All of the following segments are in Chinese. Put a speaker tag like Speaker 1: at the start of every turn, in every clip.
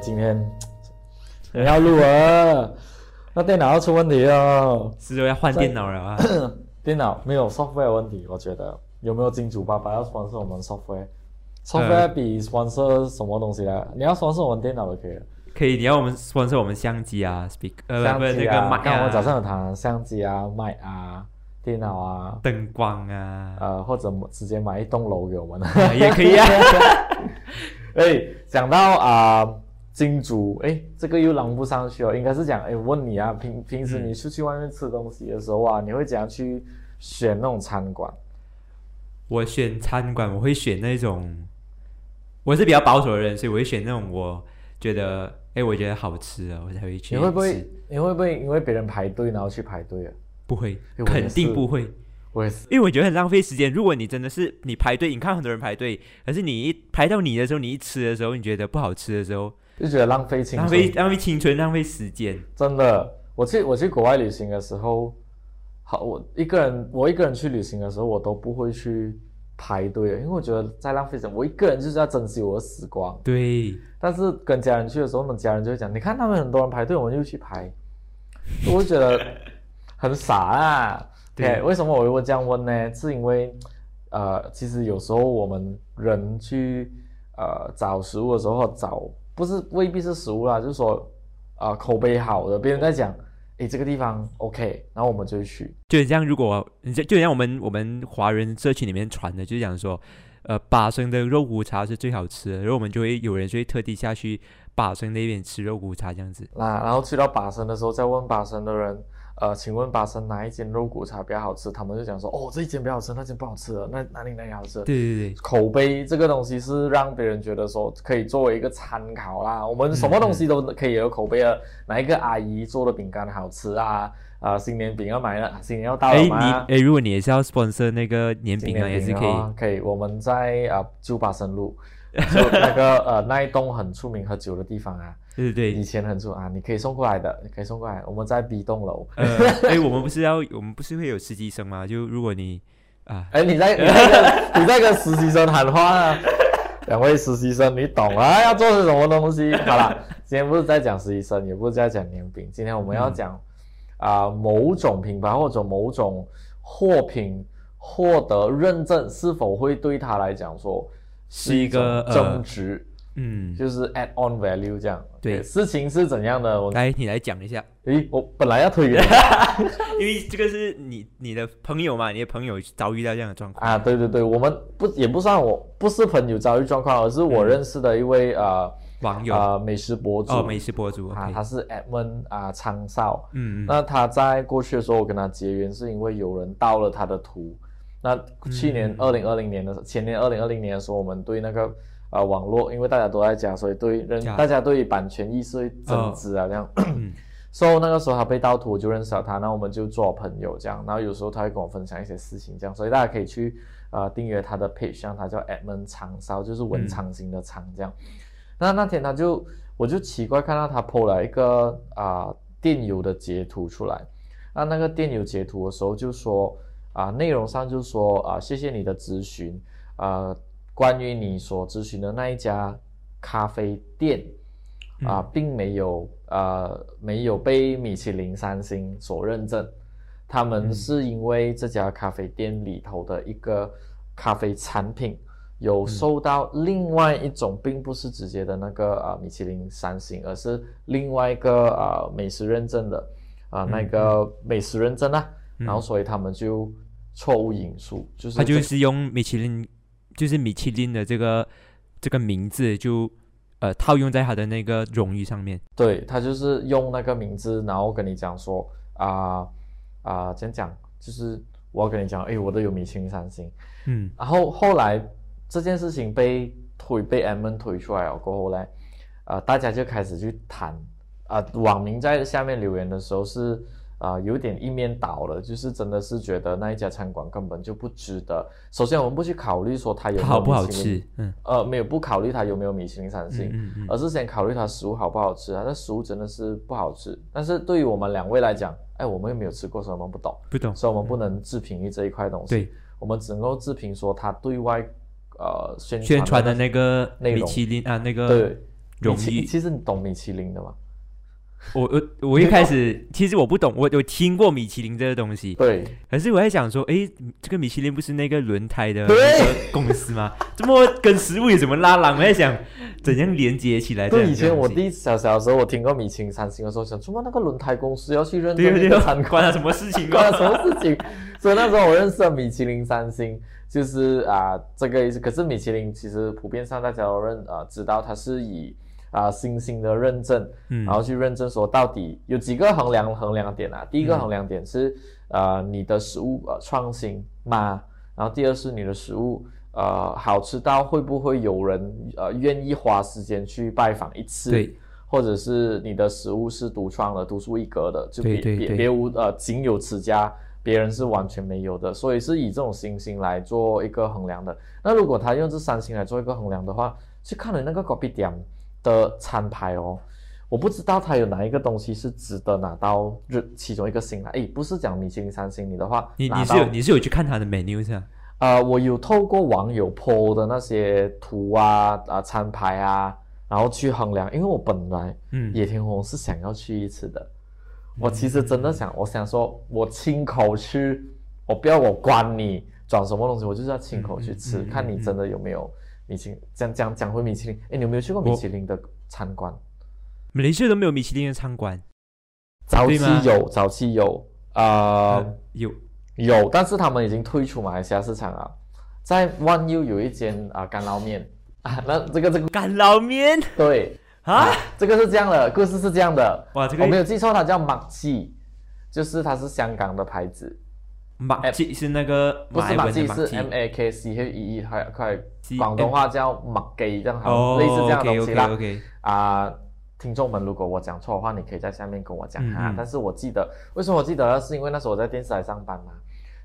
Speaker 1: 今天你要录啊，那电脑要出问题了。
Speaker 2: 是要换电脑了啊？
Speaker 1: 电脑没有 software 的问题，我觉得有没有金主爸爸要 sponsor 我们 software？software
Speaker 2: 呃
Speaker 1: 比 sponsor 什么东西来？你要 sponsor 我们电脑就可以了。
Speaker 2: 可以，你要我们 sponsor 我们相机啊，speak 呃
Speaker 1: 相
Speaker 2: 不是那
Speaker 1: 机
Speaker 2: 个
Speaker 1: 啊，
Speaker 2: 麦
Speaker 1: 刚
Speaker 2: 啊，
Speaker 1: 我早上有谈相机啊、麦啊、电脑啊，
Speaker 2: 灯光啊，
Speaker 1: 呃，或者直接买一栋楼给我 们。
Speaker 2: 啊也可以啊。
Speaker 1: 哎，讲到啊、金主，哎，这个又朗不上去哦，应该是讲，哎，问你啊，平平时你出去外面吃东西的时候啊，你会怎样去选那种餐馆？
Speaker 2: 我选餐馆，我会选那种，我是比较保守的人，所以我会选那种我觉得，哎、我觉得好吃啊，我才会去吃。
Speaker 1: 你会不会？你会不会因为别人排队然后去排队啊？
Speaker 2: 不会
Speaker 1: 哎，我也
Speaker 2: 肯定
Speaker 1: 是
Speaker 2: 不会。
Speaker 1: 我也是，
Speaker 2: 因为我觉得很浪费时间。如果你真的是你排队，你看很多人排队，可是你一排到你的时候，你一吃的时候，你觉得不好吃的时候，
Speaker 1: 就觉得浪费青
Speaker 2: 浪费
Speaker 1: 春，
Speaker 2: 浪费青春，浪费时间。
Speaker 1: 真的。我去我去国外旅行的时候，好，我一个人我一个人去旅行的时候，我都不会去排队的，因为我觉得在浪费时间。我一个人就是要珍惜我的时光。
Speaker 2: 对，
Speaker 1: 但是跟家人去的时候，我们家人就会讲，你看他们很多人排队，我们就去排，我就觉得很傻啊。
Speaker 2: 对
Speaker 1: 对，为什么我会这样问呢？是因为，呃，其实有时候我们人去呃找食物的时候，找不是未必是食物啦，就是说，啊、口碑好的，别人在讲，诶，这个地方 OK，然后我们就会去。
Speaker 2: 就很像如果你就就很像我们我们华人社群里面传的，就是讲说，呃，巴生的肉骨茶是最好吃的，然后我们就会有人就会特地下去巴生那边吃肉骨茶这样子。
Speaker 1: 那然后去到巴生的时候，再问巴生的人，呃，请问巴生哪一间肉骨茶比较好吃？他们就讲说，哦，这一间比较好吃，那间不好吃了，那哪里哪里好吃？
Speaker 2: 对对对，
Speaker 1: 口碑这个东西是让别人觉得说可以作为一个参考啦。我们什么东
Speaker 2: 嗯
Speaker 1: 西都可以有口碑的，哪一个阿姨做的饼干好吃啊？啊、新年饼要买了，啊新年要到
Speaker 2: 哎
Speaker 1: 了嘛？
Speaker 2: 你哎，如果你也是要 sponsor 那个年
Speaker 1: 新
Speaker 2: 饼
Speaker 1: 年
Speaker 2: 啊，也是
Speaker 1: 饼
Speaker 2: 可
Speaker 1: 哦
Speaker 2: 以。
Speaker 1: 可以。我们在啊旧巴生 路，就那个呃那一栋很出名喝酒的地方啊。
Speaker 2: 对对
Speaker 1: 以
Speaker 2: 对，
Speaker 1: 前很出啊，你可以送过来的，你可以送过来。我们在 B 栋楼。
Speaker 2: 呃，哎，我们不是要我们不是会有实习生吗？就如果你啊，
Speaker 1: 哎，你在你在跟你在跟实习生喊话啊？两位实习生，你懂啊？要做些什么东西？好啦，今天不是在讲实习生，也不是在讲年饼，今天我们要讲啊、某种品牌或者某种货品获得认证是否会对他来讲说
Speaker 2: 是一个
Speaker 1: 种
Speaker 2: 呃
Speaker 1: 增值，
Speaker 2: 嗯，
Speaker 1: 就是 add on value 这样。
Speaker 2: 对
Speaker 1: OK，事情是怎样的？我
Speaker 2: 来你来讲一下，
Speaker 1: 诶，我本来要推给你。
Speaker 2: 因为这个是你你的朋友嘛，你的朋友遭遇到这样的状况。
Speaker 1: 啊，对对对，我们不也不算我不是朋友遭遇状况，而是我认识的一位、
Speaker 2: 网
Speaker 1: 呃
Speaker 2: 友
Speaker 1: 呃美食博主，
Speaker 2: 嗯哦，美食博主
Speaker 1: 啊，
Speaker 2: ，OK，
Speaker 1: 他是 Edmond 啊昌少。
Speaker 2: 嗯嗯，
Speaker 1: 那他在过去的时候，我跟他结缘是因为有人盗了他的图。那去年
Speaker 2: 嗯
Speaker 1: 二零二零年的时候前年二零二零年的时候，我们对那个呃网络，因为大家都在讲，所以对人
Speaker 2: 讲
Speaker 1: 大家对版权意识会
Speaker 2: 哦
Speaker 1: 增值啊，这样。
Speaker 2: 嗯
Speaker 1: 所以 so, 那个时候他被盗图，我就认识了他，那我们就做朋友这样。然后有时候他会跟我分享一些事情这样，所以大家可以去呃订阅他的 page，像他叫 Edmond 长烧，就是文
Speaker 2: 嗯
Speaker 1: 昌星的昌这样。那那天他就我就奇怪看到他 PO 了一个啊、电邮的截图出来，那那个电邮截图的时候就说啊、内容上就说啊、谢谢你的咨询啊、关于你所咨询的那一家咖啡店啊、并没有呃没有被米其林三星所认证，他们
Speaker 2: 嗯
Speaker 1: 是因为这家咖啡店里头的一个咖啡产品有
Speaker 2: 嗯
Speaker 1: 受到另外一种，并不是直接的那个呃米其林三星，而是另外一个呃美食认证的啊、呃
Speaker 2: 嗯
Speaker 1: 那个美食认证啊，
Speaker 2: 嗯
Speaker 1: 然后所以他们就错误引述，就是
Speaker 2: 他就
Speaker 1: 这
Speaker 2: 是用米其林，就是米其林的这个这个名字就呃套用在他的那个荣誉上面。
Speaker 1: 对他就是用那个名字，然后跟你讲说啊啊、怎样讲，就是我要跟你讲，诶，我都有米其林三星，
Speaker 2: 嗯
Speaker 1: 然后后来这件事情被推被 M 们推出来了过后呢，呃，大家就开始去谈，啊、网民在下面留言的时候是啊、呃有点一面倒了，就是真的是觉得那一家餐馆根本就不值得。首先，我们不去考虑说它有没有
Speaker 2: 它好不好
Speaker 1: 米其林
Speaker 2: 吃？嗯
Speaker 1: 呃，没有不考虑它有没有米其林三星，
Speaker 2: 嗯嗯嗯，
Speaker 1: 而是先考虑它食物好不好吃啊。那食物真的是不好吃，但是对于我们两位来讲，哎，我们又没有吃过，所以我们不懂，
Speaker 2: 不懂。
Speaker 1: 所以我们不能置评于这一块东西。
Speaker 2: 对，
Speaker 1: 我们只能够自评说他对外呃宣
Speaker 2: 宣传的
Speaker 1: 那
Speaker 2: 那个
Speaker 1: 内
Speaker 2: 米
Speaker 1: 容
Speaker 2: 其林啊，那个
Speaker 1: 对
Speaker 2: 容
Speaker 1: 米其
Speaker 2: 易。
Speaker 1: 其实你懂米其林的嘛？
Speaker 2: 我我我一
Speaker 1: 你
Speaker 2: 开始其实我不懂，我有听过米其林这个东西，
Speaker 1: 对
Speaker 2: 可是我在想说，诶，这个米其林不是那个轮胎的
Speaker 1: 对
Speaker 2: 那个公司吗？怎么跟食物有什么拉郎？我在想怎样连接起来这
Speaker 1: 对，
Speaker 2: 两
Speaker 1: 以
Speaker 2: 个东西。
Speaker 1: 前我第一小小的时候，我听过米其林三星的时候，想怎么那个轮胎公司要去认
Speaker 2: 对
Speaker 1: 证
Speaker 2: 对
Speaker 1: 一
Speaker 2: 对
Speaker 1: 个餐，馆
Speaker 2: 关他什么事情
Speaker 1: 关
Speaker 2: 啊
Speaker 1: 了？什么事情？所以那时候我认识了米其林三星，就是啊、这个意思。可是米其林其实普遍上大家都认啊、知道它是以啊、星星的认证，
Speaker 2: 嗯
Speaker 1: 然后去认证说到底有几个衡量衡量点啊。第一个
Speaker 2: 嗯
Speaker 1: 衡量点是、呃你的食物呃创新吗？然后第二是你的食物呃好吃到会不会有人呃愿意花时间去拜访一次？
Speaker 2: 对，
Speaker 1: 或者是你的食物是独创的、独树一格的，就
Speaker 2: 对
Speaker 1: 别
Speaker 2: 对
Speaker 1: 别
Speaker 2: 对
Speaker 1: 别无呃仅有此家，别人是完全没有的，所以是以这种星星来做一个衡量的。那如果他用这三星来做一个衡量的话，去看了那个 copy 点的餐牌哦，我不知道他有哪一个东西是值得拿到这其中一个星来。诶，不是讲米其林三星你的话，
Speaker 2: 你
Speaker 1: 拿
Speaker 2: 你是
Speaker 1: 到
Speaker 2: 有你是有去看他的 menu 是吧？
Speaker 1: 呃，我有透过网友 PO 的那些图啊、啊、餐牌啊，然后去衡量，因为我本来。
Speaker 2: 嗯，
Speaker 1: 野田红是想要去一次的。我其实真的想，我想说，我亲口去，我不要我管你转什么东西，我就是要亲口去吃，
Speaker 2: 嗯嗯嗯
Speaker 1: 看你真的有没有米其林。讲讲讲回米其林，哎，你有没有去过米其林的餐馆？
Speaker 2: 马来西亚都没有米其林的餐馆，
Speaker 1: 早期
Speaker 2: 对吗
Speaker 1: 有，早期有，呃，
Speaker 2: 呃有
Speaker 1: 有，但是他们已经退出马来西亚市场了。在万佑有一间啊、干捞面啊，那这个这个
Speaker 2: 干捞面
Speaker 1: 对，
Speaker 2: 啊！
Speaker 1: 这个是这样的，故事是这样的，
Speaker 2: 哇，这
Speaker 1: 我没
Speaker 2: 个
Speaker 1: 有记错，它叫 m a c i 就是它是香港的牌子，
Speaker 2: 马记是那个
Speaker 1: 不
Speaker 2: 马
Speaker 1: 是
Speaker 2: 来
Speaker 1: m
Speaker 2: 文
Speaker 1: a c
Speaker 2: 的
Speaker 1: i
Speaker 2: 马
Speaker 1: 是
Speaker 2: 记
Speaker 1: M A K C H E E，还快
Speaker 2: 记
Speaker 1: 广东话叫 m a k 这样好，
Speaker 2: 哦，
Speaker 1: 类似这样的东西
Speaker 2: OK
Speaker 1: 啦
Speaker 2: OK。OK，
Speaker 1: 啊，听众们，如果我讲错的话，你可以在下面跟我讲
Speaker 2: 嗯
Speaker 1: 哈
Speaker 2: 嗯。
Speaker 1: 但是我记得，为什么我记得呢？是因为那时候我在电视台上班嘛，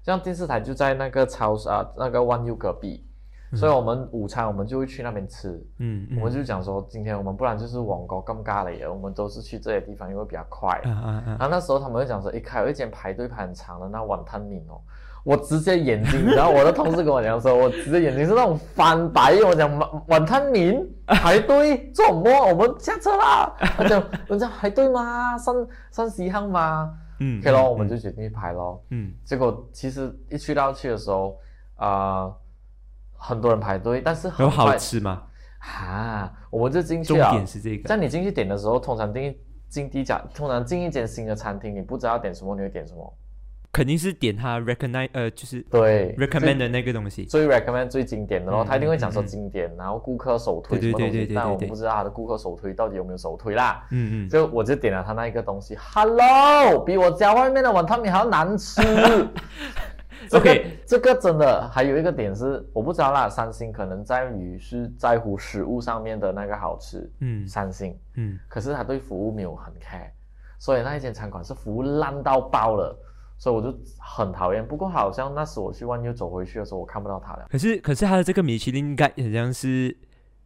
Speaker 1: 这样电视台就在那个超市啊，那个万佑隔壁，所以我们午餐我们就会去那边吃。
Speaker 2: 嗯，嗯
Speaker 1: 我们就讲说，今天我们不然就是网购尴尬了耶，我们都是去这些地方，因为比较快。
Speaker 2: 啊啊啊，
Speaker 1: 然后那时候他们会讲说，一开有一间排队排很长的那碗汤面哦，我直接眼睛，然后我的同事跟我讲说，我直接眼睛是那种翻白，我讲碗碗汤 面排队做什么？我们下车啦！他讲人家排队吗？三三十一号吗
Speaker 2: 嗯
Speaker 1: ？OK 咯，我们
Speaker 2: 嗯
Speaker 1: 就决定去排咯。
Speaker 2: 嗯
Speaker 1: 结果其实一去到去的时候，啊、很多人排队，但是
Speaker 2: 有
Speaker 1: 很
Speaker 2: 好
Speaker 1: 快
Speaker 2: 吃吗？
Speaker 1: 啊，我们就进去
Speaker 2: 重
Speaker 1: 了。
Speaker 2: 点是这个
Speaker 1: 像你进去点的时候，通常进进第一家，通常进一间新的餐厅，你不知道点什么，你会点什么？
Speaker 2: 肯定是点他 recognize 呃就是
Speaker 1: 对
Speaker 2: recommend 的那个东西，
Speaker 1: 最最 recommend 最经典的咯，
Speaker 2: 嗯
Speaker 1: 他一定会讲说
Speaker 2: 嗯嗯
Speaker 1: 经典，然后顾客首推什
Speaker 2: 对对
Speaker 1: 么东
Speaker 2: 对对
Speaker 1: 西
Speaker 2: 对，
Speaker 1: 但我
Speaker 2: 对
Speaker 1: 们不知道他的顾客首推到底有没有首推啦。
Speaker 2: 嗯嗯，
Speaker 1: 就我就点了他那一个东西，Hello，比我家外面的碗汤面还要难 吃。这个
Speaker 2: OK
Speaker 1: 这个真的还有一个点是，我不知道啦，三星可能在于是在乎食物上面的那个好吃，
Speaker 2: 嗯
Speaker 1: 三星。
Speaker 2: 嗯
Speaker 1: 可是他对服务没有很 care，所以那一间餐馆是服务烂到爆了，所以我就很讨厌。不过好像那时我去万佑走回去的时候，我看不到他了。
Speaker 2: 可是可是他的这个米其林应该很像是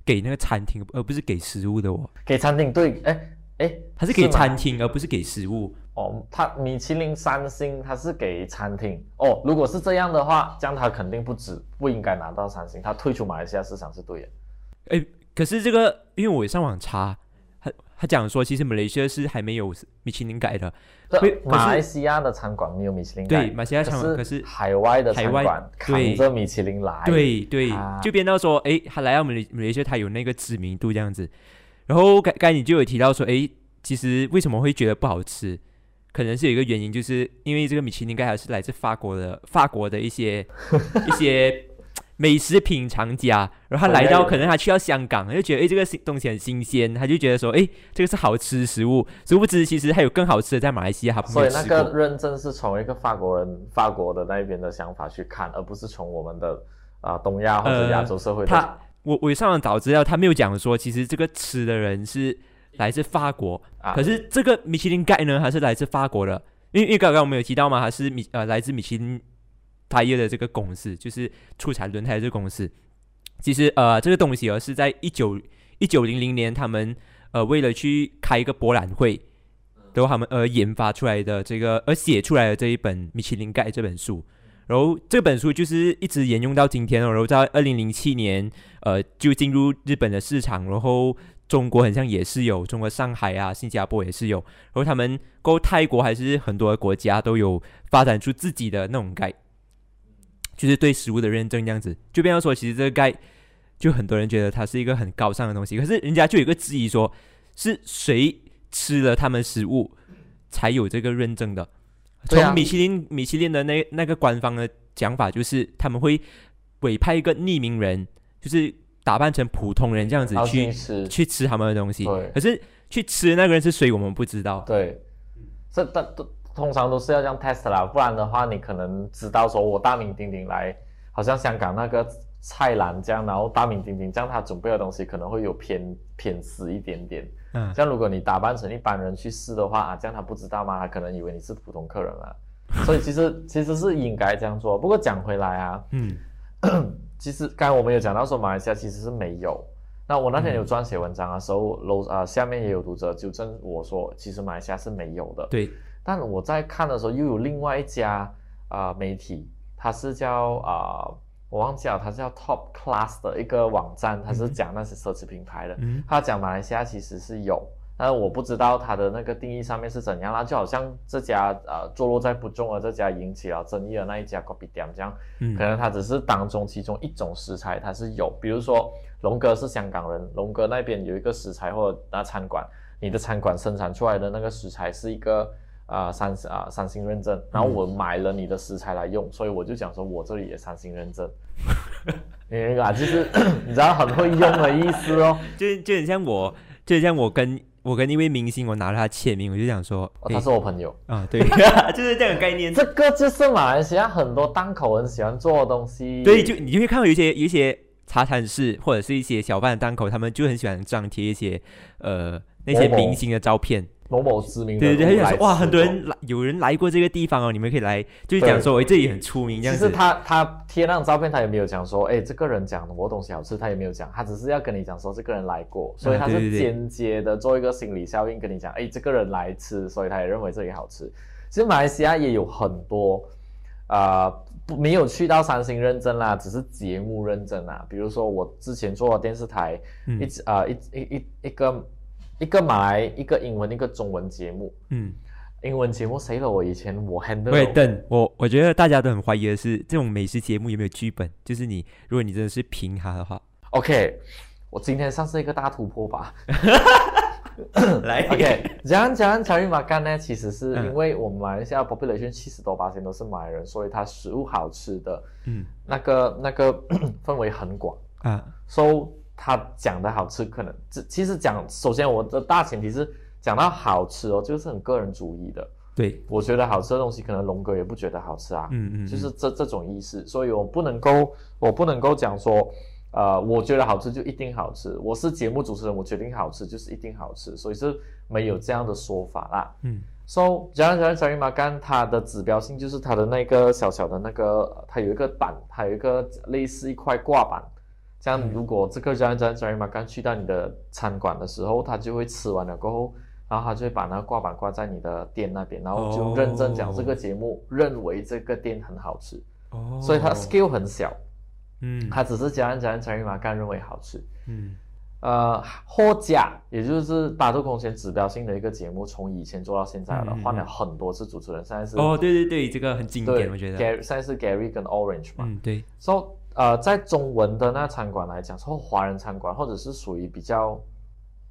Speaker 2: 给那个餐厅，而不是给食物的哦。
Speaker 1: 给餐厅对，哎哎，
Speaker 2: 他是给
Speaker 1: 吗
Speaker 2: 餐厅，而不是给食物。
Speaker 1: 哦，他米其林三星，他是给餐厅哦。如果是这样的话，这样他肯定不止不应该拿到三星，他退出马来西亚市场是对的。
Speaker 2: 可是这个，因为我上网查，他他讲说，其实马来西亚是还没有米其林改的。呃可
Speaker 1: 对
Speaker 2: 是，
Speaker 1: 马来西亚的餐馆没有米其林盖
Speaker 2: 对，马来西亚餐馆，可
Speaker 1: 可
Speaker 2: 是
Speaker 1: 海外的
Speaker 2: 海
Speaker 1: 餐
Speaker 2: 外
Speaker 1: 馆
Speaker 2: 对
Speaker 1: 扛着米其林来，
Speaker 2: 对对
Speaker 1: 啊，
Speaker 2: 就变到说，诶，他来到马来马来西亚，他有那个知名度这样子。然后刚刚才你就有提到说，诶，其实为什么会觉得不好吃，可能是有一个原因，就是因为这个米其林盖还是来自法国的，法国的一些一些美食品尝家，然后他来到可能他去到香港，他就觉得诶，这个新东西很新鲜，他就觉得说，诶，这个是好吃的食物，殊不知其实还有更好吃的在马来西亚，他没
Speaker 1: 所
Speaker 2: 有
Speaker 1: 以那
Speaker 2: 吃
Speaker 1: 个
Speaker 2: 过。
Speaker 1: 认证是从一个法国人、法国的那边的想法去看，而不是从我们的啊、东亚或者亚洲社会的、
Speaker 2: 呃他我我上网找资料，他没有讲说，其实这个吃的人是来自法国，
Speaker 1: 啊
Speaker 2: 可是这个米其林盖呢，还是来自法国的，因为因为刚刚我们有提到嘛，它是米呃来自米其林大业的这个公司，就是出产轮胎的这个公司。其实呃这个东西哦是在一九一九零零年，他们呃为了去开一个博览会，然后他们呃研发出来的这个而写出来的这一本《米其林盖》这本书。然后这本书就是一直沿用到今天哦，然后在二零零七年，呃，就进入日本的市场，然后中国很像也是有，中国上海啊、新加坡也是有，然后他们够泰国还是很多国家都有发展出自己的那种钙，就是对食物的认证这样子。就变成说，其实这个钙，就很多人觉得它是一个很高尚的东西，可是人家就有一个质疑说，是谁吃了他们食物才有这个认证的？
Speaker 1: 对啊
Speaker 2: 从米其林米其林的那那个官方的讲法，就是他们会委派一个匿名人，就是打扮成普通人这样子
Speaker 1: 然后
Speaker 2: 去
Speaker 1: 去吃，
Speaker 2: 去吃他们的东西
Speaker 1: 对。
Speaker 2: 可是去吃的那个人是谁，我们不知道。
Speaker 1: 对，这但都通常都是要这样 test 啦，不然的话你可能知道说我大名鼎鼎来，好像香港那个菜篮这样，然后大名鼎鼎这样，他准备的东西可能会有偏偏私一点点。
Speaker 2: 嗯，
Speaker 1: 像如果你打扮成一般人去试的话啊，这样他不知道吗？他可能以为你是普通客人啊。所以其实其实是应该这样做。不过讲回来啊，
Speaker 2: 嗯，
Speaker 1: 其实刚才我们有讲到说马来西亚其实是没有。那我那天有撰写文章的时候，楼啊、呃、下面也有读者纠正我说，其实马来西亚是没有的。
Speaker 2: 对，
Speaker 1: 但我在看的时候，又有另外一家啊、呃媒体，它是叫啊、呃我忘记了，它是叫 Top Class 的一个网站，它是讲那些奢侈品牌的。
Speaker 2: 嗯
Speaker 1: 他讲马来西亚其实是有，但是我不知道它的那个定义上面是怎样啦。就好像这家呃坐落在不中的这家引起了争议的那一家 Kopi 店这样，可
Speaker 2: 嗯
Speaker 1: 能它只是当中其中一种食材它是有，比如说龙哥是香港人，龙哥那边有一个食材或者那餐馆，你的餐馆生产出来的那个食材是一个。啊、三啊、三星认证，然后我买了你的食材来用，所以我就讲说，我这里也三星认证， 你明白吧？就是你知道很会用的意思哦。
Speaker 2: 就就很像我，就很像我跟我跟一位明星，我拿了他签名，我就想说，
Speaker 1: 哦，
Speaker 2: 诶
Speaker 1: 他是我朋友。
Speaker 2: 啊，对， 就是这样的概念。
Speaker 1: 这个就是马来西亚很多档口很喜欢做的东西。
Speaker 2: 对，就你就会看到有一些有一些茶餐室或者是一些小贩档口，他们就很喜欢张贴一些呃那些
Speaker 1: 某某
Speaker 2: 明星的照片。
Speaker 1: 某某知名的
Speaker 2: 对对对，
Speaker 1: 人物
Speaker 2: 他
Speaker 1: 来
Speaker 2: 就
Speaker 1: 吃
Speaker 2: 说哇，很多人来，有人来过这个地方哦，你们可以来，就是
Speaker 1: 对
Speaker 2: 讲说，哎，这里很出名这
Speaker 1: 其
Speaker 2: 样
Speaker 1: 实
Speaker 2: 子。
Speaker 1: 他他贴那张照片，他也没有讲说，哎，这个人讲我东西好吃，他也没有讲，他只是要跟你讲说这个人来过，所以他
Speaker 2: 啊对对
Speaker 1: 是
Speaker 2: 对
Speaker 1: 间接的做一个心理效应，跟你讲，哎，这个人来吃，所以他也认为这里好吃。其实马来西亚也有很多，啊、不没有去到三星认证啦，只是节目认证啦。比如说我之前做的电视台，
Speaker 2: 嗯
Speaker 1: 一直啊、一一一一个一个马来一个英文一个中文节目，
Speaker 2: 嗯，
Speaker 1: 英文节目谁了？我以前我 handle
Speaker 2: 喂，等我，我觉得大家都很怀疑的是，这种美食节目有没有剧本？就是你，如果你真的是评它 的话，
Speaker 1: OK，我今天算是一个大突破吧。
Speaker 2: 来
Speaker 1: OK，讲讲乔伊马干呢，其实是
Speaker 2: 嗯
Speaker 1: 因为我们马来西亚 population 七十多八千都是马来人，所以它食物好吃的
Speaker 2: 嗯
Speaker 1: 那个那个 氛围很广。
Speaker 2: 啊，
Speaker 1: so 他讲的好吃，可能这其实讲，首先我的大前提是讲到好吃哦，这个是很个人主义的。
Speaker 2: 对，
Speaker 1: 我觉得好吃的东西，可能龙哥也不觉得好吃啊。
Speaker 2: 嗯嗯，
Speaker 1: 就是这这种意思，所以我不能够，我不能够讲说，呃，我觉得好吃就一定好吃，我是节目主持人，我决定好吃就是一定好吃，所以是没有这样的说法啦。
Speaker 2: 嗯
Speaker 1: So，讲讲小鱼马干，它的指标性就是它的那个小小的那个，它有一个板，它有一个类似一块挂板，这样
Speaker 2: 嗯
Speaker 1: 如果这个讲讲小鱼马干去到你的餐馆的时候，它就会吃完了过后。然后他就会把那个挂板挂在你的店那边，然后就认证讲这个节目认为这个店很好吃，
Speaker 2: 哦，
Speaker 1: 所以它 skill 很小，
Speaker 2: 嗯
Speaker 1: 它只是加上加上陈玉马干认为好吃。
Speaker 2: 嗯
Speaker 1: 呃，获奖，也就是大众空间指标性的一个节目，从以前做到现在了，
Speaker 2: 嗯嗯嗯
Speaker 1: 换了很多次主持人，现在是
Speaker 2: 哦，对对对，这个很经
Speaker 1: 对
Speaker 2: 典，我觉得，
Speaker 1: Gary 现在是 Gary 跟 Orange 嘛，
Speaker 2: 嗯对，
Speaker 1: 所以、so, 呃，在中文的那餐馆来讲，说华人餐馆或者是属于比较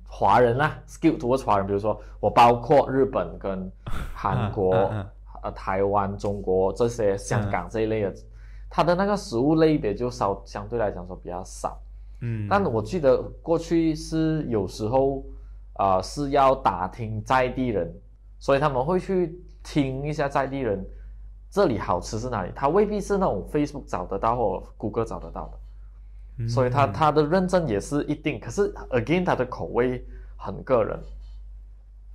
Speaker 1: 华人啦，skill towards 华人，比如说我包括日本跟韩国、
Speaker 2: 嗯嗯嗯
Speaker 1: 呃台湾、中国这些香港这一类的，它的那个食物类别就稍相对来讲说比较少。
Speaker 2: 嗯，
Speaker 1: 但我记得过去是有时候啊、呃是要打听在地人，所以他们会去听一下在地人这里好吃是哪里，他未必是那种 Facebook 找得到或谷歌找得到的，
Speaker 2: 嗯
Speaker 1: 所以他他的认证也是一定。可是 again 他的口味很个人。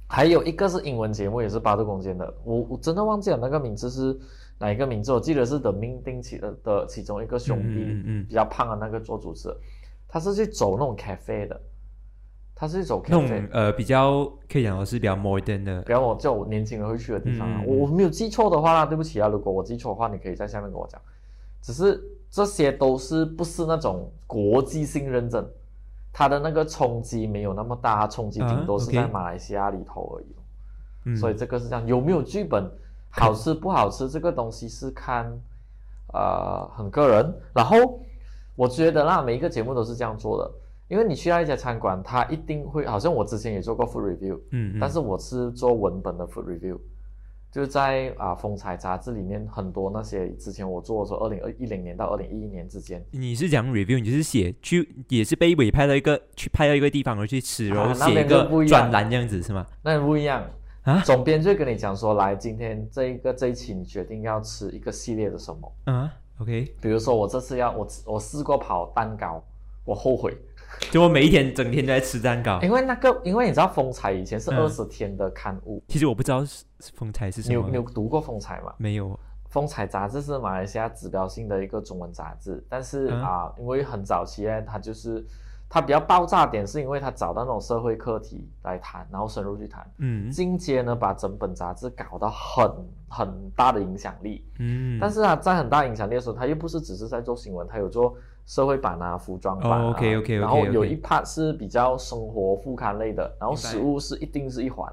Speaker 1: 还有一个是英文节目，也是八度空间的，我我真的忘记了那个名字是哪一个名字，我记得是 The Ming 丁起的的其中一个兄弟，
Speaker 2: 嗯嗯嗯嗯
Speaker 1: 比较胖的那个做主持人，他是去走那种 cafe 的，他是去走
Speaker 2: 那种
Speaker 1: cafe，
Speaker 2: 呃比较可以讲说是比较 modern 的
Speaker 1: 比，方我叫我年轻人会去的地方啊
Speaker 2: 嗯嗯。嗯
Speaker 1: 我我没有记错的话啦，对不起啊，如果我记错的话，你可以在下面跟我讲。只是这些都是不是那种国际性认证，它的那个冲击没有那么大，它冲击
Speaker 2: 啊
Speaker 1: 顶多是
Speaker 2: OK
Speaker 1: 在马来西亚里头而已咯。
Speaker 2: 嗯，
Speaker 1: 所以这个是这样，有没有剧本，好吃不好吃，这个东西是看呃很个人。然后我觉得啦，每一个节目都是这样做的，因为你去到一家餐馆，它一定会，好像我之前也做过 food review，
Speaker 2: 嗯，嗯
Speaker 1: 但是我是做文本的 food review，就是在啊、风采杂志里面很多那些之前我做的时候，二零二一零年到二零一一年之间，
Speaker 2: 你是讲 review，你是写去也是被委派到一个去派到一个地方而去吃，
Speaker 1: 啊
Speaker 2: 然后
Speaker 1: 那
Speaker 2: 写
Speaker 1: 边
Speaker 2: 一
Speaker 1: 就不
Speaker 2: 个
Speaker 1: 一
Speaker 2: 专
Speaker 1: 样
Speaker 2: 栏这样子是吗？
Speaker 1: 那不一样
Speaker 2: 啊
Speaker 1: 总编就会跟你讲说，来，今天这一个这一期你决定要吃一个系列的什么。
Speaker 2: 啊，OK，
Speaker 1: 比如说我这次要我吃我试过跑蛋糕，我后悔，
Speaker 2: 就我每一天整天都在吃蛋糕。
Speaker 1: 因为那个因为你知道风采以前是
Speaker 2: 啊嗯
Speaker 1: 二十天的刊物，
Speaker 2: 其实我不知道是是风采是什
Speaker 1: 你有
Speaker 2: 么，
Speaker 1: 你有读过风采吗？
Speaker 2: 没有，
Speaker 1: 风采杂志是马来西亚指标性的一个中文杂志，但是
Speaker 2: 嗯
Speaker 1: 啊、因为很早期呢，它就是它比较爆炸点，是因为它找到那种社会课题来谈，然后深入去谈。
Speaker 2: 嗯
Speaker 1: 进阶呢，把整本杂志搞到很很大的影响力，
Speaker 2: 嗯，
Speaker 1: 但是啊，在很大影响力的时候，他又不是只是在做新闻，他有做社会版啊、服装版啊、
Speaker 2: 哦，OK，OK，OK，OK
Speaker 1: 然后有一 part 是比较生活副刊类的，然后食物是一定是一环。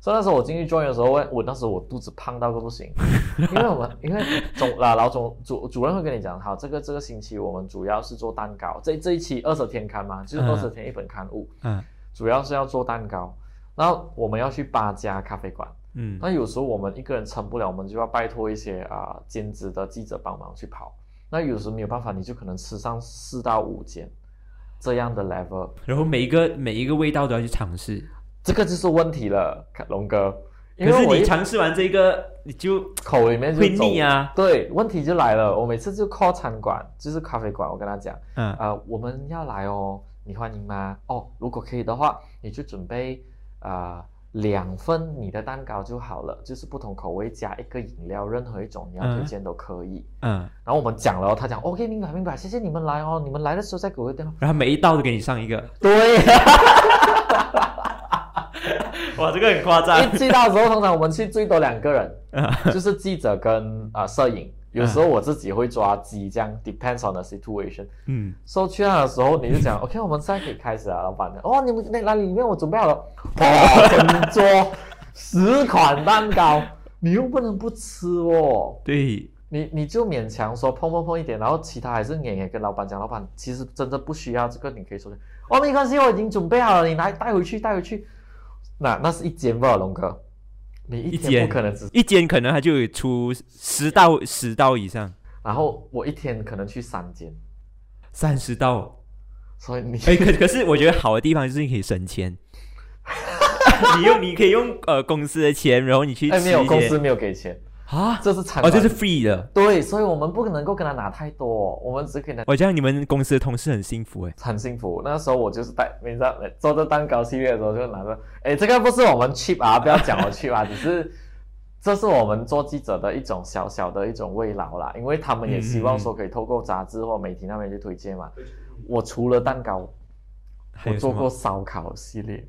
Speaker 1: 所以那时候我进去 join 的时候，我我那时候我肚子胖到个不 行，因为我们因为总啊老总主主任会跟你讲，好，这个这个星期我们主要是做蛋糕，这这一期二十天刊嘛，就是
Speaker 2: 嗯
Speaker 1: 二十天一本刊物，
Speaker 2: 啊
Speaker 1: 主要是要做蛋糕。然后我们要去八家咖啡馆，
Speaker 2: 嗯
Speaker 1: 那有时候我们一个人撑不了，我们就要拜托一些啊、兼职的记者帮忙去跑。那有时没有办法，你就可能吃上四到五间这样的 level，
Speaker 2: 然后每一个每一个味道都要去尝试。
Speaker 1: 这个就是问题了，看龙哥。因
Speaker 2: 可是
Speaker 1: 为我
Speaker 2: 你
Speaker 1: 一
Speaker 2: 尝试完这个，你就
Speaker 1: 口里面就
Speaker 2: 会
Speaker 1: 走
Speaker 2: 腻。啊。
Speaker 1: 对，问题就来了。我每次就 call 餐馆，就是咖啡馆，我跟他讲，
Speaker 2: 嗯
Speaker 1: 呃，我们要来哦，你欢迎吗？哦，如果可以的话，你就准备啊两份你的蛋糕就好了，就是不同口味加一个饮料，任何一种你要推
Speaker 2: 嗯
Speaker 1: 荐都可以。
Speaker 2: 嗯，
Speaker 1: 然后我们讲了，他讲 OK，明白明白，谢谢你们来哦，你们来的时候再给我一个电话。
Speaker 2: 然后每一道都给你上一个，
Speaker 1: 对，
Speaker 2: 哇，这个很夸 张
Speaker 1: 一寄到的时候，通常我们去最多两个人，
Speaker 2: 啊
Speaker 1: 就是记者跟啊、呃摄影。有时候我自己会抓鸡，这样 depends on the situation。
Speaker 2: 嗯，
Speaker 1: 收去那的时候，你就讲 OK，我们现在可以开始了，老板。哦，你们那那里面我准备好了，哇，整桌十款蛋糕，你又不能不吃哦。
Speaker 2: 对，
Speaker 1: 你你就勉强说碰碰碰一点，然后其他还是演也跟老板讲，老板其实真的不需要这个，你可以说哦没关系，我已经准备好了，你拿带回去带回去。那那是一间吧，龙哥，你一
Speaker 2: 一
Speaker 1: 天
Speaker 2: 间
Speaker 1: 不可能只，
Speaker 2: 一间可能它就有出十道十道以上，
Speaker 1: 然后我一天可能去三间，
Speaker 2: 三十道。
Speaker 1: 所以你
Speaker 2: 哎、可可是我觉得好的地方就是你可以省钱，你用你可以用呃公司的钱，然后你去 吃
Speaker 1: 哎
Speaker 2: 一些
Speaker 1: 没有公司没有给钱，
Speaker 2: 啊，
Speaker 1: 这是餐
Speaker 2: 哦
Speaker 1: 馆
Speaker 2: 这是 free 的，
Speaker 1: 对，所以我们不能够跟他拿太多，我们只可以拿
Speaker 2: 我这样你们公司的同事很幸福哎，
Speaker 1: 很幸福。那时候我就是带，你知道，做这蛋糕系列的时候就拿着，哎，这个不是我们 cheap 啊，不要讲我 cheap 啊，只是这是我们做记者的一种小小的一种慰劳啦，因为他们也希望说可以透过杂志或媒体那边去推荐嘛。我除了蛋糕，
Speaker 2: 还
Speaker 1: 我
Speaker 2: 有什
Speaker 1: 做过
Speaker 2: 么？
Speaker 1: 烧烤系列，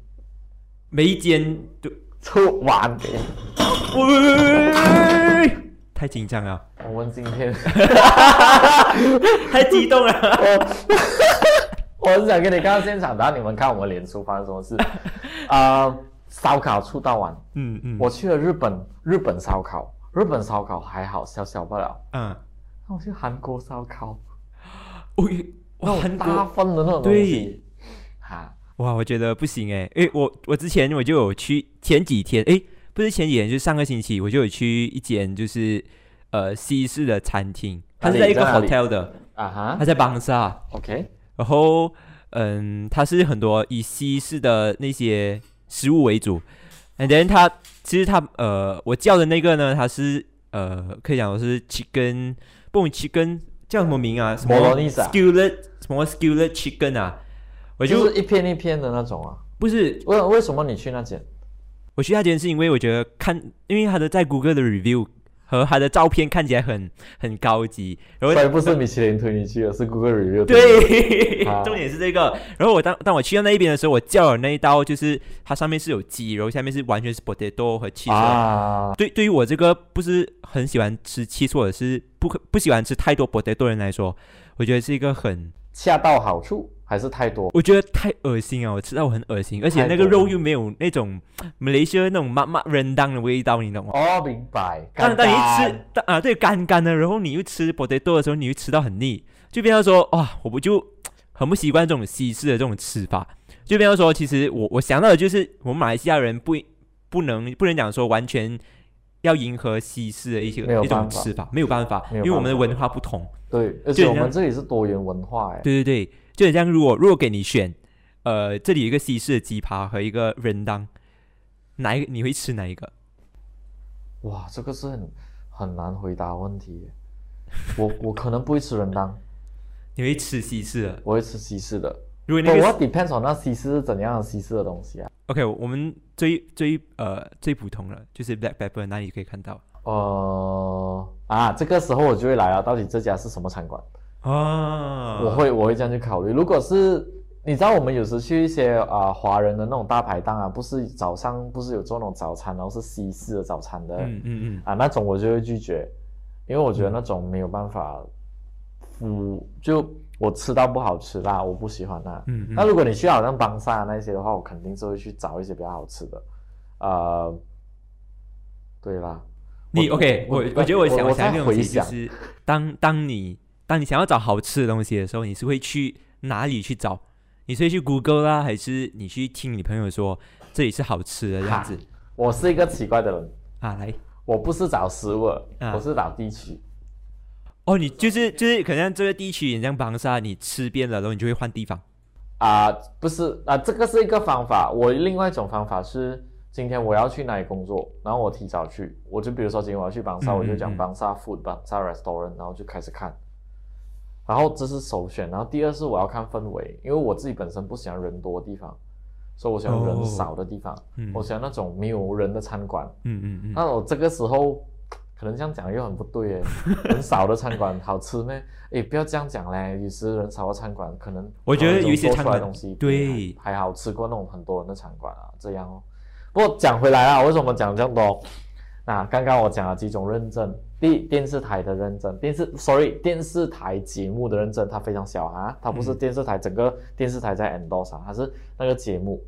Speaker 2: 每一间都，
Speaker 1: 出完。
Speaker 2: 喂，太紧张了，
Speaker 1: 我们今天，
Speaker 2: 太激动了，
Speaker 1: 我很想给你看到现场，然后你们看我们脸书发生什么事啊、烧烤出到完，
Speaker 2: 嗯嗯，
Speaker 1: 我去了日本，日本烧烤，日本烧烤还好，小小不了。
Speaker 2: 嗯，
Speaker 1: 那我去韩国烧烤，
Speaker 2: 喂，哇，韩国
Speaker 1: 大份的那种东西
Speaker 2: 对，
Speaker 1: 哈，
Speaker 2: 哇，我觉得不行哎，诶，我我之前我就有去前几天，诶，不是前几天，就是上个星期我就有去一间就是呃西式的餐厅，它是
Speaker 1: 哪
Speaker 2: 在
Speaker 1: 里
Speaker 2: 一个
Speaker 1: 在哪里
Speaker 2: hotel 的，
Speaker 1: 啊哈
Speaker 2: 它在邦萨，
Speaker 1: ，OK，
Speaker 2: 然后嗯，它是很多以西式的那些食物为主，and then 它其实它呃我叫的那个呢，它是呃可以讲我是 chicken，不懂 chicken 叫什么名啊？什么
Speaker 1: Bolognese 啊
Speaker 2: skillet 什么 skillet chicken 啊？我就、
Speaker 1: 就是一片一片的那种啊。
Speaker 2: 不是
Speaker 1: 为为什么你去那间？
Speaker 2: 我去那间是因为我觉得看，因为他的在谷歌的 review 和他的照片看起来很很高级，然
Speaker 1: 所
Speaker 2: 后
Speaker 1: 以不是米其林推你去的，是 Google Review 推你。
Speaker 2: 对
Speaker 1: 啊，
Speaker 2: 重点是这个。然后我当当我去到那一边的时候，我叫了那一道，就是它上面是有鸡，然后下面是完全是 potato 和 cheese 的。
Speaker 1: 啊，
Speaker 2: 对，对于我这个不是很喜欢吃 cheese 或者是不可不喜欢吃太多 potato 的人来说，我觉得是一个很
Speaker 1: 恰到好处。还是太多。
Speaker 2: 我觉得太恶心啊！我吃到我很恶心，而且那个
Speaker 1: 太多了
Speaker 2: 肉又没有那种马来西亚那种麻麻rendang 的味道，你懂吗？
Speaker 1: 哦，明白。
Speaker 2: 但
Speaker 1: 干
Speaker 2: 但你一
Speaker 1: 干
Speaker 2: 吃，但啊对，干干的，然后你又吃 potato 的时候，你又吃到很腻，就变成说哇，我不就很不习惯这种西式的这种吃法，就变成说，其实我我想到的就是，我们马来西亚人不不能不能讲说完全要迎合西式的一些
Speaker 1: 没有
Speaker 2: 一种
Speaker 1: 办法
Speaker 2: 吃法，没有办法，
Speaker 1: 没有
Speaker 2: 因为我们的
Speaker 1: 办法
Speaker 2: 文化不同。
Speaker 1: 对，而
Speaker 2: 就
Speaker 1: 且我
Speaker 2: 很像
Speaker 1: 们这里是多元文化哎。
Speaker 2: 对对对，就很像如果如果给你选，呃，这里有一个西式的鸡扒和一个人当，哪一个你会吃哪一个？
Speaker 1: 哇，这个是很很难回答的问题耶。我我可能不会吃人当，
Speaker 2: 你会吃西式的？
Speaker 1: 我会吃西式的。
Speaker 2: 如果
Speaker 1: 不
Speaker 2: 那个
Speaker 1: 我 depends on 那西式是怎样的西式的东西啊？
Speaker 2: OK，我们最最呃最普通了，就是 black pepper，那里可以看到
Speaker 1: 呃啊，这个时候我就会来了，到底这家是什么餐馆？
Speaker 2: 啊，
Speaker 1: 我会我会这样去考虑。如果是你知道，我们有时去一些啊、华人的那种大排档啊，不是早上不是有做那种早餐，然后是西式的早餐的、
Speaker 2: 嗯嗯
Speaker 1: 啊那种，我就会拒绝，因为我觉得那种没有办法，嗯，就我吃到不好吃辣，我不喜欢辣。
Speaker 2: 嗯嗯
Speaker 1: 那如果你去好像邦萨那些的话，我肯定是会去找一些比较好吃的，呃，对啦，
Speaker 2: 你
Speaker 1: 我
Speaker 2: OK，我
Speaker 1: 我
Speaker 2: 我觉得我想
Speaker 1: 我
Speaker 2: 想
Speaker 1: 在
Speaker 2: 那种东
Speaker 1: 回
Speaker 2: 西就
Speaker 1: 想
Speaker 2: 是，当当你当你想要找好吃的东西的时候，你是会去哪里去找？你是会去 Google 啦，还是你去听你朋友说这里是好吃的这样子
Speaker 1: 我是一个奇怪的人，
Speaker 2: 啊？来，
Speaker 1: 我不是找食物，
Speaker 2: 啊
Speaker 1: 我是找地区。
Speaker 2: 哦，你就是就是可能这个地区，你像邦沙，你吃遍了，然后你就会换地方。
Speaker 1: 啊、不是啊、这个是一个方法。我另外一种方法是，今天我要去哪里工作，然后我提早去，我就比如说今天我要去邦萨，
Speaker 2: 嗯
Speaker 1: 我就
Speaker 2: 嗯
Speaker 1: 讲
Speaker 2: 嗯
Speaker 1: 邦萨 food、邦萨 restaurant，然后就开始看。然后这是首选，然后第二是我要看氛围，因为我自己本身不喜欢人多的地方，所以我喜欢
Speaker 2: 哦
Speaker 1: 人少的地方，
Speaker 2: 嗯
Speaker 1: 我喜欢那种没有人的餐馆。
Speaker 2: 嗯嗯嗯，
Speaker 1: 那我这个时候可能这样讲又很不对 耶，很少的餐馆好吃咩？诶，不要这样讲嘞，有时人少的餐馆可能
Speaker 2: 我觉得
Speaker 1: 那种
Speaker 2: 有一些
Speaker 1: 做
Speaker 2: 餐
Speaker 1: 出来的
Speaker 2: 馆
Speaker 1: 东西
Speaker 2: 对
Speaker 1: 还还好吃过那种很多人的餐馆啊，这样哦。不过讲回来啊，为什么讲这么多？那刚刚我讲了几种认证，第一电视台的认证，电视 sorry 电视台节目的认证，它非常小啊，它不是
Speaker 2: 嗯
Speaker 1: 电视台、整个电视台在 endorse，、啊、它是那个节目。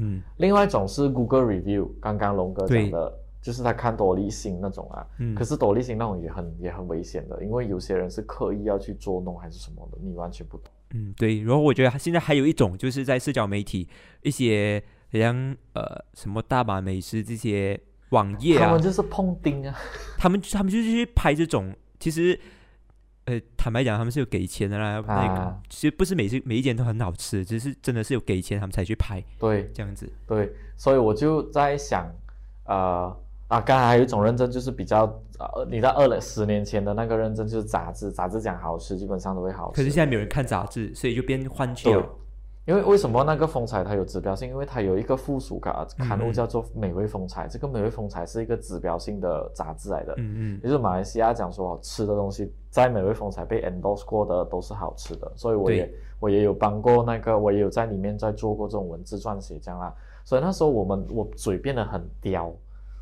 Speaker 2: 嗯
Speaker 1: 另外一种是 Google Review，刚刚龙哥讲
Speaker 2: 对
Speaker 1: 的，就是他看多利星那种啊。
Speaker 2: 嗯，
Speaker 1: 可是多利星那种也很也很危险的，因为有些人是刻意要去捉弄还是什么的，你完全不懂。
Speaker 2: 嗯，对。然后我觉得现在还有一种，就是在社交媒体一些好像呃什么大马美食这些网页
Speaker 1: 他
Speaker 2: 啊
Speaker 1: 们，就是碰钉啊，
Speaker 2: 他们他们就是去拍这种，其实呃坦白讲，他们是有给钱的啦。那个、
Speaker 1: 啊
Speaker 2: 其实不是每次每一间都很好吃，只是真的是有给钱他们才去拍
Speaker 1: 对
Speaker 2: 这样子。
Speaker 1: 对，所以我就在想，呃啊，刚才还有一种认证就是比较，呃，你在二了十年前的那个认证就是杂志，杂志讲好吃基本上都会好吃。
Speaker 2: 可是现在没有人看杂志，所以就变换去
Speaker 1: 对
Speaker 2: 了。，
Speaker 1: 因为为什么那个风采它有指标性？因为它有一个附属刊
Speaker 2: 嗯
Speaker 1: 刊物叫做《美味风采》，这个《美味风采》是一个指标性的杂志来的。
Speaker 2: 嗯
Speaker 1: 也就是马来西亚讲说哦吃的东西，在美味风采被 endorse 过的都是好吃的，所以我也
Speaker 2: 对
Speaker 1: 我也有帮过那个，我也有在里面在做过这种文字撰写这样啦。所以那时候我们我嘴变得很刁，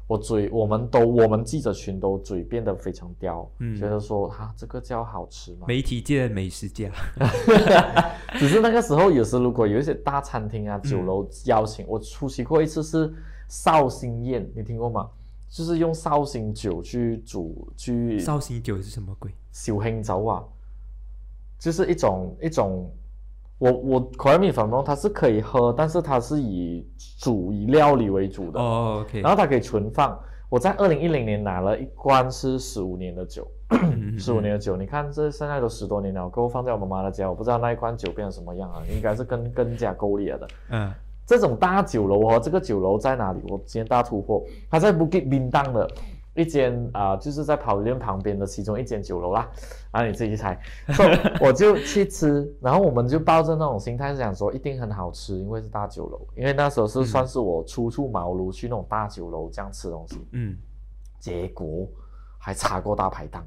Speaker 1: 我嘴我们都我们记者群都嘴变得非常刁，
Speaker 2: 嗯
Speaker 1: 觉得说哈、这个叫好吃
Speaker 2: 嗯，
Speaker 1: 吗？
Speaker 2: 媒体界的美食家。
Speaker 1: 只是那个时候，有时如果有一些大餐厅啊、
Speaker 2: 嗯
Speaker 1: 酒楼邀请，我出席过一次是绍兴宴，你听过吗？就是用绍兴酒去煮去
Speaker 2: 绍兴酒是什么鬼？
Speaker 1: 绍兴酒啊，就是一种一种，我我 correct me if I'm wrong，它是可以喝，但是它是以煮以料理为主的，
Speaker 2: 哦，OK，
Speaker 1: 然后它可以存放。我在二零一零年拿了一罐是十五年的酒，
Speaker 2: 嗯
Speaker 1: 十五年，的酒，你看这现在都十多年了，我给我放在我妈妈的家，我不知道那一罐酒变成什么样啊，应该是跟跟家勾裂的。
Speaker 2: 嗯嗯，
Speaker 1: 这种大酒楼哦，这个酒楼在哪里？我今天大突破，它在 Bukit Bintang 的一间啊、就是在跑店旁边的其中一间酒楼啦。然后你自己去猜，所以我就去吃，然后我们就抱着那种心态想说一定很好吃，因为是大酒楼，因为那时候是算是我初出茅庐去那种大酒楼这样吃东西。
Speaker 2: 嗯
Speaker 1: 结果还差过大排档。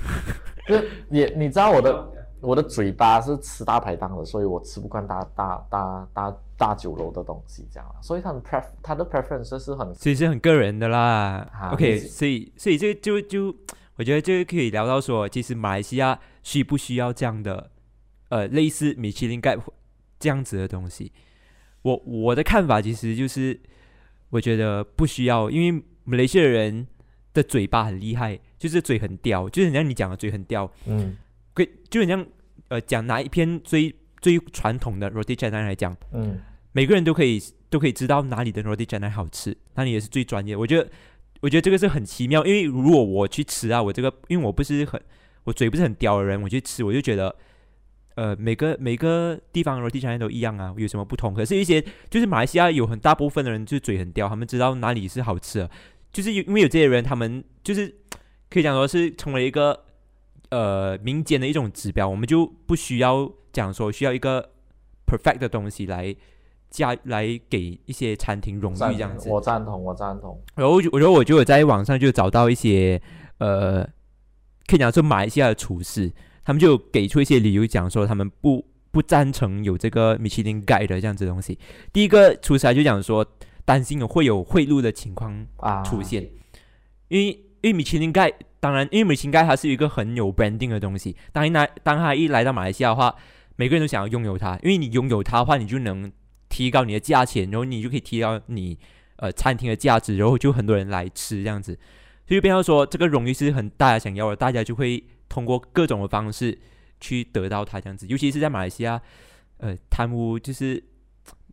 Speaker 1: 就也你知道我的 我的嘴巴是吃大排档的，所以我吃不惯大大大大大酒楼的东西，这样啦。啊所以他的 pref 他的 preference 是很
Speaker 2: 所以是很个人的啦。
Speaker 1: 啊
Speaker 2: OK，
Speaker 1: 理解
Speaker 2: 所以所以这个就就我觉得这个可以聊到说，其实马来西亚需不需要这样的呃类似米其林盖这样子的东西。我我的看法其实就是，我觉得不需要，因为马来西亚人的嘴巴很厉害，就是嘴很刁，就是很像你讲的嘴很刁，
Speaker 1: 嗯
Speaker 2: 可就很像呃讲拿一篇最最传统的 roti canai 来讲，
Speaker 1: 嗯
Speaker 2: 每个人都可以都可以知道哪里的 roti canai 好吃，哪里也是最专业的。我觉得我觉得这个是很奇妙，因为如果我去吃啊，我这个因为我不是很我嘴不是很刁的人，我去吃我就觉得。呃，每个每个地方的 roti canai 都一样啊，有什么不同？可是，一些就是马来西亚有很大部分的人就是嘴很刁，他们知道哪里是好吃的，就是有因为有这些人，他们就是可以讲说是成为一个呃民间的一种指标，我们就不需要讲说需要一个 perfect 的东西来加来给一些餐厅荣誉
Speaker 1: 赞
Speaker 2: 这样子。
Speaker 1: 我嗯赞同，我赞同。
Speaker 2: 然后我就我觉得我就有在网上就找到一些呃，可以讲说马来西亚的厨师，他们就给出一些理由，讲说他们不不赞成有这个米其林盖的这样子的东西。第一个厨师他就讲说，担心有会有贿赂的情况
Speaker 1: 啊，
Speaker 2: 出现，因为因为米其林盖，当然因为米其林盖它是一个很有 branding 的东西，当一来当它一来到马来西亚的话，每个人都想要拥有它，因为你拥有它的话，你就能提高你的价钱，然后你就可以提高你呃餐厅的价值，然后就很多人来吃这样子，所以变成说这个荣誉是很大家想要的，大家就会通过各种的方式去得到它这样子，尤其是在马来西亚，呃，贪污就是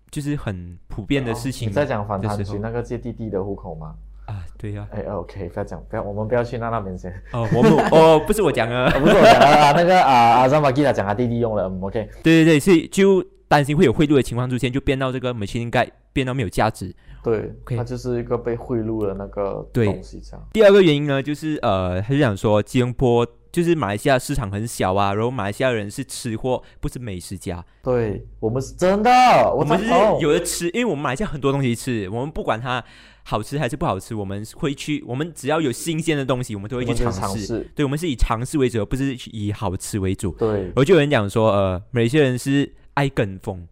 Speaker 2: 就是很普遍的事情
Speaker 1: 哦你在讲反
Speaker 2: 的
Speaker 1: 贪
Speaker 2: 时
Speaker 1: 局
Speaker 2: 候
Speaker 1: 那个借弟弟的户口吗？
Speaker 2: 啊，对呀、
Speaker 1: 哎，OK，不要讲，不要，我们不要去那那边先。
Speaker 2: 哦，我们哦，不是我讲的，
Speaker 1: 啊不是我讲啊，那个啊啊，让马吉达讲他弟弟用了嗯，OK，
Speaker 2: 对对对，是就担心会有贿赂的情况出现，就变到这个 machine 盖变到没有价值。
Speaker 1: 对，
Speaker 2: OK
Speaker 1: 他就是一个被贿赂的那个
Speaker 2: 对
Speaker 1: 东西，这样。
Speaker 2: 第二个原因呢，就是呃，他就想说吉隆坡就是马来西亚市场很小啊，然后马来西亚人是吃货，不是美食家。
Speaker 1: 对我们是真的，我哦
Speaker 2: 我们
Speaker 1: 赞
Speaker 2: 就是
Speaker 1: 同。
Speaker 2: 有的吃，因为我们马来西亚很多东西吃，我们不管它好吃还是不好吃，我们会去，我们只要有新鲜的东西，我们都
Speaker 1: 我
Speaker 2: 会去
Speaker 1: 们就是
Speaker 2: 尝
Speaker 1: 尝
Speaker 2: 试。
Speaker 1: 试，
Speaker 2: 对，我们是以尝试为主，而不是以好吃为主。
Speaker 1: 对
Speaker 2: 我就有人讲说，呃，马来西亚人是爱跟风。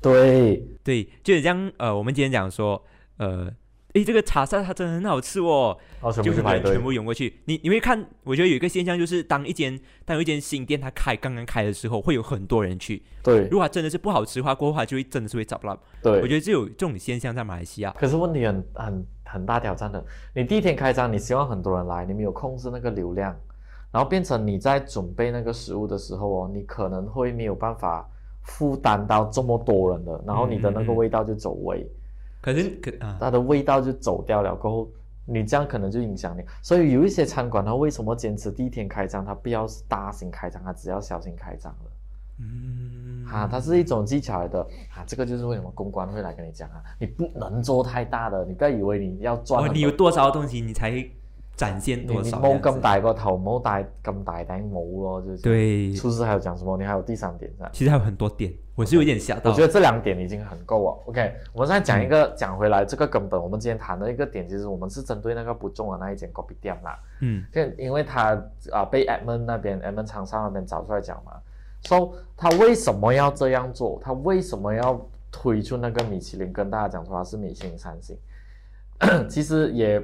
Speaker 1: 对，
Speaker 2: 对，就很像呃，我们今天讲说，呃，诶，这个茶沙它真的很好吃哦，
Speaker 1: 然后全
Speaker 2: 就
Speaker 1: 部去
Speaker 2: 很多
Speaker 1: 排
Speaker 2: 人
Speaker 1: 队
Speaker 2: 全。部涌过去。你你会看，我觉得有一个现象就是，当一间当一间新店它开刚刚开的时候，会有很多人去。
Speaker 1: 对
Speaker 2: 如果它真的是不好吃的话，过后它就会真的是会找不到。我
Speaker 1: 对，
Speaker 2: 觉得就有这种现象在马来西亚。
Speaker 1: 可是问题很很很大挑战的。你第一天开张，你希望很多人来，你没有控制那个流量，然后变成你在准备那个食物的时候哦，你可能会没有办法负担到这么多人的，然后你的那个
Speaker 2: 嗯嗯嗯
Speaker 1: 味道就走味。
Speaker 2: 可是可啊，
Speaker 1: 它的味道就走掉了，过后你这样可能就影响你。所以有一些餐馆，它为什么坚持第一天开张，它不要大型开张，它只要小型开张了
Speaker 2: 嗯，
Speaker 1: 啊？它是一种技巧来的啊，这个就是为什么公关会来跟你讲啊，你不能做太大的，你不要以为你要赚
Speaker 2: 哦，
Speaker 1: 很多
Speaker 2: 你有多少东西，你才展现
Speaker 1: 你
Speaker 2: 多
Speaker 1: 你
Speaker 2: 少
Speaker 1: 冇
Speaker 2: 这
Speaker 1: 咁
Speaker 2: 样子。
Speaker 1: 大個頭，冇戴咁大頂帽咯，就是。。
Speaker 2: 对，
Speaker 1: 厨师还有讲什么？你还有第三点噻？
Speaker 2: 其实还有很多点，我是有点吓到。嗯
Speaker 1: 我觉得这两点已经很够了。OK，我们再讲一个，讲回来这个根本，我们今天谈的一个点，其实我们是针对那个不中的那一间 copy 店啦。
Speaker 2: 嗯
Speaker 1: 就因为他啊、被 Edmond 那边 Edmond 厂商那边找出来讲嘛，so 他为什么要这样做？他为什么要推出那个米其林？跟大家讲说他是米其林三星， 其实也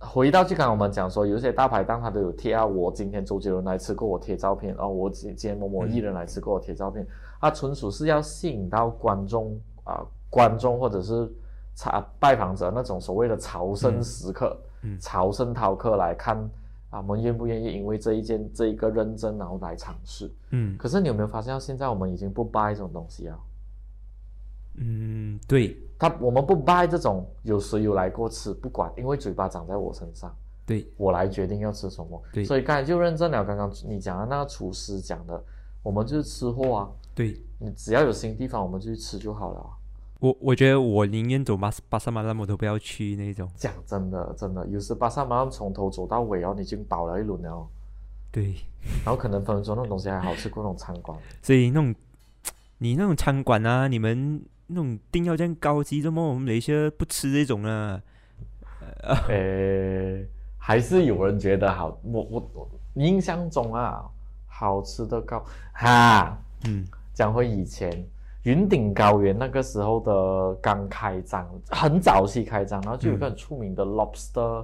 Speaker 1: 回到去刚刚我们讲说，有一些大排档他都有贴啊，我今天周杰伦来吃过，我贴照片，哦，我今今天某某艺人来吃过，我贴照片，他纯属是要吸引到观众啊、观众或者是茶拜访者那种所谓的朝圣
Speaker 2: 嗯
Speaker 1: 时刻。
Speaker 2: 嗯
Speaker 1: 朝圣饕客来看啊，我们愿不愿意因为这一件这一个认真，然后来尝试？
Speaker 2: 嗯
Speaker 1: 可是你有没有发现，到现在我们已经不 buy 这种东西啊？
Speaker 2: 嗯，对
Speaker 1: 他我们不 buy 这种有谁有来过吃不管，因为嘴巴长在我身上，
Speaker 2: 对，
Speaker 1: 我来决定要吃什么。
Speaker 2: 对
Speaker 1: 所以刚才就认证了刚刚你讲的那个厨师讲的，我们就是吃货啊，
Speaker 2: 对，
Speaker 1: 你只要有新地方，我们就去吃就好了啊。
Speaker 2: 我我觉得我宁愿走巴斯巴萨马拉姆，我都不要去那种。
Speaker 1: 讲真的，真的，有时巴萨马上从头走到尾哦，你已经饱了一轮了哦，
Speaker 2: 对，
Speaker 1: 然后可能分分钟那种东西还好吃过那种餐馆。
Speaker 2: 所以那种你那种餐馆啊，你们那种定要这样高级，怎么我们雷些不吃这种啊？
Speaker 1: 诶，呃还是有人觉得好，我我我印象中啊，好吃的糕哈。
Speaker 2: 嗯，
Speaker 1: 讲回以前云顶高原那个时候的刚开
Speaker 2: 嗯
Speaker 1: 张，很早期开张，然后就有一个很出名的 lobster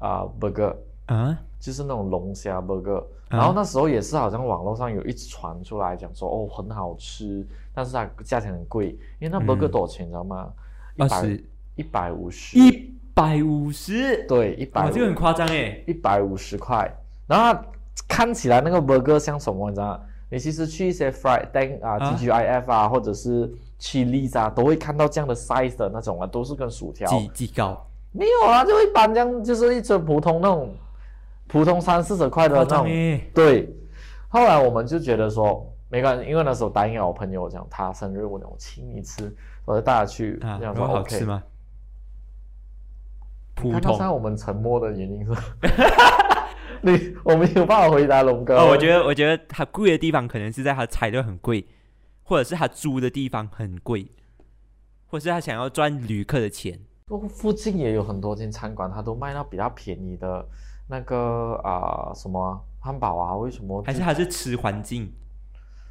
Speaker 1: 啊、burger，
Speaker 2: 啊，
Speaker 1: 就是那种龙虾 burger。
Speaker 2: 啊
Speaker 1: 然后那时候也是好像网络上有一直传出来讲说哦很好吃，但是它价钱很贵，因为那 burger
Speaker 2: 嗯
Speaker 1: 多少钱你知道吗？
Speaker 2: 二十
Speaker 1: 一百五十，
Speaker 2: 一百五十，
Speaker 1: 对一百
Speaker 2: 哇，这个很夸张哎，
Speaker 1: 一百五十块，然后它看起来那个 burger 像什么，你知道吗？你其实去一些 fried tank 啊、
Speaker 2: 啊
Speaker 1: TGIF 啊，或者是 Chili's 啊，都会看到这样的 size 的那种啊，都是跟薯条。
Speaker 2: 几几高，
Speaker 1: 没有啦，就一般这样，就是一只普通那种，普通三四十块的
Speaker 2: 夸
Speaker 1: 那
Speaker 2: 张
Speaker 1: 种。
Speaker 2: 哎，
Speaker 1: 对，后来我们就觉得说没关系，因为那时候答应了我朋友讲他生日，我讲我请你吃，我就带他去，
Speaker 2: 啊，
Speaker 1: 这
Speaker 2: 然
Speaker 1: 样
Speaker 2: 后
Speaker 1: 说
Speaker 2: 好
Speaker 1: OK
Speaker 2: 吃。吗？
Speaker 1: 你
Speaker 2: 普
Speaker 1: 看到
Speaker 2: 通
Speaker 1: 现在我们沉默的原因是， 你我没有办法回答龙哥。
Speaker 2: 哦，我觉得我觉得它贵的地方可能是在它材料很贵，或者是它租的地方很贵，或者是他想要赚旅客的钱。
Speaker 1: 不过附近也有很多间餐馆，它都卖到比较便宜的那个啊、什么汉堡啊，为什么
Speaker 2: 还是
Speaker 1: 就
Speaker 2: 他是吃环境，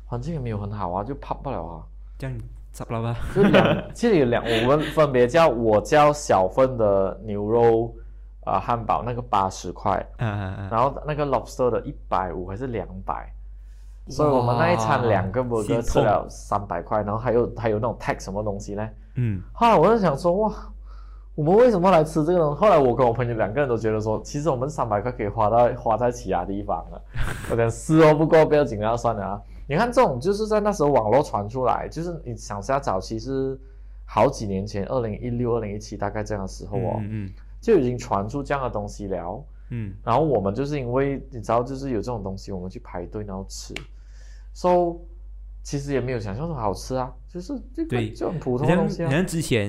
Speaker 1: 环境也没有很好啊，就泡不了啊。
Speaker 2: 这样咋不 了吧？
Speaker 1: 就两，这里有两，我们分别叫我叫小份的牛肉啊、呃汉堡，那个八十块，
Speaker 2: 啊啊啊！
Speaker 1: 然后那个 lobster 的一百五还是两百，所以我们那一餐两个
Speaker 2: 哇
Speaker 1: burger
Speaker 2: 心
Speaker 1: 吃
Speaker 2: 痛
Speaker 1: 了三百块，然后还有还有那种 tag 什么东西呢？
Speaker 2: 嗯，
Speaker 1: 后来我就想说，哇，我们为什么来吃这个东西？后来我跟我朋友两个人都觉得说，其实我们三百块可以花到花在其他地方 了。我讲是哦，不过不要紧啊，算了啊。你看这种就是在那时候网络传出来，就是你想下早期是好几年前，二零一六、二零一七大概这样的时候哦，
Speaker 2: 嗯
Speaker 1: 就已经传出这样的东西了。
Speaker 2: 嗯
Speaker 1: 然后我们就是因为你知道，就是有这种东西，我们去排队然后吃，so 其实也没有想象中好吃啊，就是这个
Speaker 2: 对
Speaker 1: 就很普
Speaker 2: 嗯，
Speaker 1: 通的
Speaker 2: 好像
Speaker 1: 东西
Speaker 2: 好
Speaker 1: 啊。
Speaker 2: 像之前，